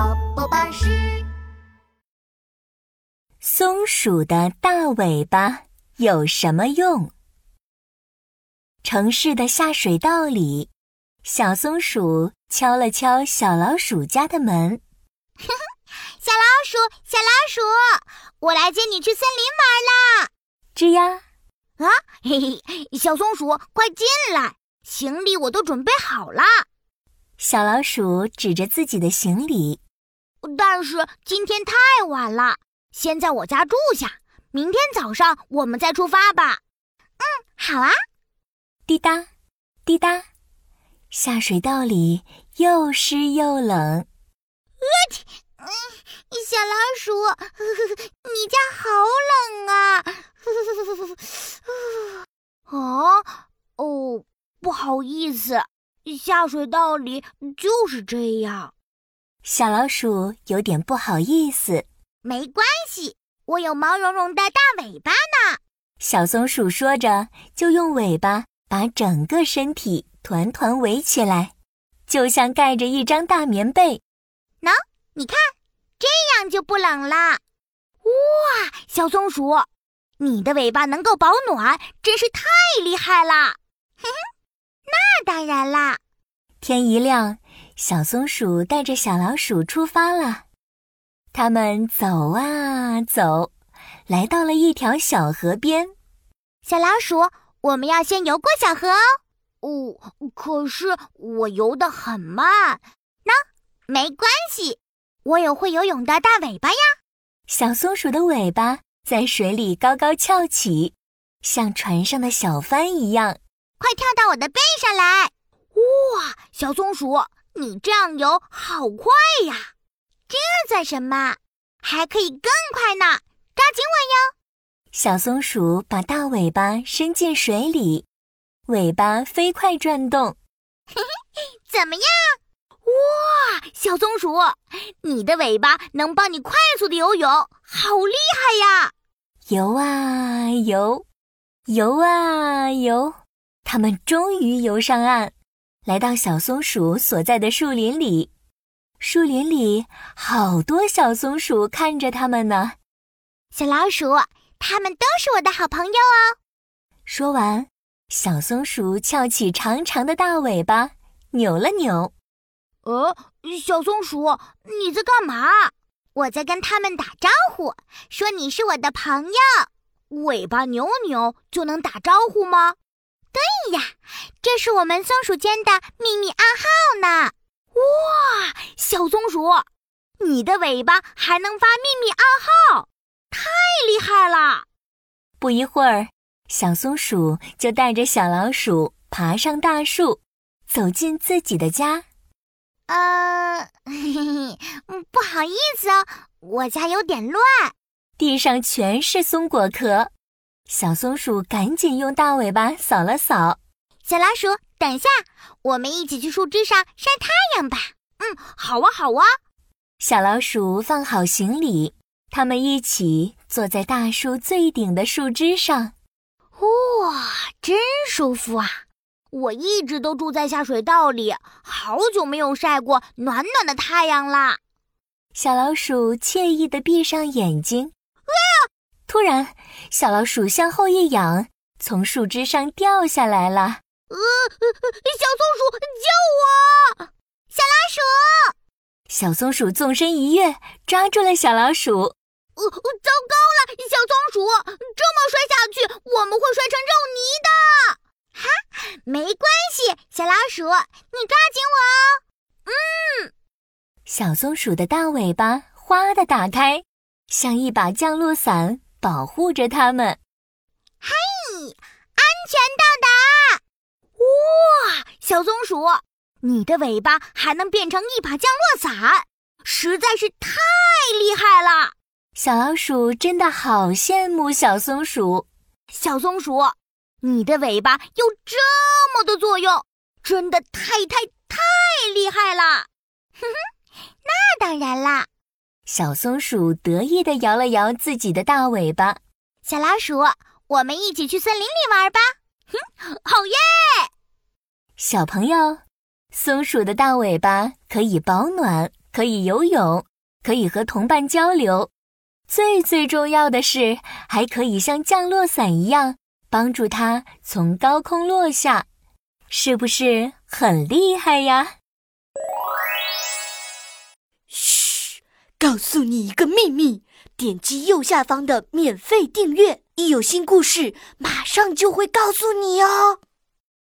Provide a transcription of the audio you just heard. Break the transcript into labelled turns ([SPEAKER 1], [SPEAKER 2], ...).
[SPEAKER 1] 老师，
[SPEAKER 2] 松鼠的大尾巴有什么用？城市的下水道里，小松鼠敲了敲小老鼠家的门。
[SPEAKER 1] 小老鼠，小老鼠，我来接你去森林玩啦！
[SPEAKER 2] 吱呀，
[SPEAKER 1] 啊，嘿嘿，小松鼠，快进来，行李我都准备好了，
[SPEAKER 2] 小老鼠指着自己的行李，
[SPEAKER 1] 但是今天太晚了，先在我家住下，明天早上我们再出发吧。嗯，好啊。
[SPEAKER 2] 滴答，滴答，下水道里又湿又冷。
[SPEAKER 1] 小老鼠，你家好冷啊！ 啊，哦，不好意思，下水道里就是这样。
[SPEAKER 2] 小老鼠有点不好意思。
[SPEAKER 1] 没关系，我有毛茸茸的大尾巴。
[SPEAKER 2] 小松鼠说着，就用尾巴把整个身体团团围起来，就像盖着一张大棉被。
[SPEAKER 1] 你看，这样就不冷啦。哇，小松鼠，你的尾巴能够保暖，真是太厉害啦！ 嘿嘿，那当然啦。
[SPEAKER 2] 天一亮，小松鼠带着小老鼠出发了。它们走啊走，来到了一条小河边。
[SPEAKER 1] 小老鼠，我们要先游过小河哦。哦，可是我游得很慢。那没关系，我有会游泳的大尾巴呀。
[SPEAKER 2] 小松鼠的尾巴在水里高高翘起，像船上的小帆一样。
[SPEAKER 1] 快跳到我的背上来！哇，小松鼠，你这样游好快呀！这算什么？还可以更快呢！抓紧
[SPEAKER 2] 小松鼠把大尾巴伸进水里，尾巴飞快转动。
[SPEAKER 1] 我，怎么样？哇，小松鼠，你的尾巴能帮你快速的游泳，好厉害呀！
[SPEAKER 2] 游啊游，游啊游，它们终于游上岸，来到小松鼠所在的树林里。树林里好多小松鼠看着它们呢。
[SPEAKER 1] 小老鼠，它们都是我的好朋友哦。
[SPEAKER 2] 说完，小松鼠翘起长长的大尾巴，扭了扭。
[SPEAKER 1] 呃，小松鼠，你在干嘛？啊我在跟他们打招呼，说你是我的朋友。尾巴扭扭就能打招呼吗？对呀，这是我们松鼠间的秘密暗号呢。哇，小松鼠，你的尾巴还能发秘密暗号，太厉害了！
[SPEAKER 2] 不一会儿，小松鼠就带着小老鼠爬上大树，走进自己的家。
[SPEAKER 1] 呃， 嘿嘿，嗯不好意思哦，我家有点乱。
[SPEAKER 2] 地上全是松果壳，小松鼠赶紧用大尾巴扫了扫。
[SPEAKER 1] 小老鼠，等一下，我们一起去树枝上晒太阳吧。嗯，好啊，好啊。
[SPEAKER 2] 小老鼠放好行李，它们一起坐在大树最顶的树枝上。
[SPEAKER 1] 哇，真舒服啊！我一直都住在下水道里，好久没有晒过暖暖的太阳啦。
[SPEAKER 2] 小老鼠惬意地闭上眼睛。突然，小老鼠向后一仰，从树枝上掉下来了。
[SPEAKER 1] 小松鼠，救我！小老鼠，
[SPEAKER 2] 小松鼠纵身一跃，抓住了小老鼠。
[SPEAKER 1] 呃，糟糕了，小松鼠，这么摔下去，我们会摔成肉泥的。哈，没关系，小老鼠，你抓紧我。
[SPEAKER 2] 小松鼠的大尾巴哗的打开，像一把降落伞保护着它们。
[SPEAKER 1] 安全到达！哇，啊小松鼠，你的尾巴还能变成一把降落伞，实在是太厉害了！
[SPEAKER 2] 小老鼠真的好羡慕小松鼠。
[SPEAKER 1] 小松鼠，你的尾巴有这么多作用，真的太太太厉害了！哼哼，那当然啦。
[SPEAKER 2] 小松鼠得意地摇了摇自己的大尾巴。
[SPEAKER 1] 小老鼠，我们一起去森林里玩吧！哼，好耶！
[SPEAKER 2] 小朋友，松鼠的大尾巴可以保暖，可以游泳，可以和同伴交流，最最重要的是，还可以像降落伞一样帮助它从高空落下，是不是很厉害呀？
[SPEAKER 1] 嘘，告诉你一个秘密，点击右下方的免费订阅，一有新故事马上就会告诉你哦。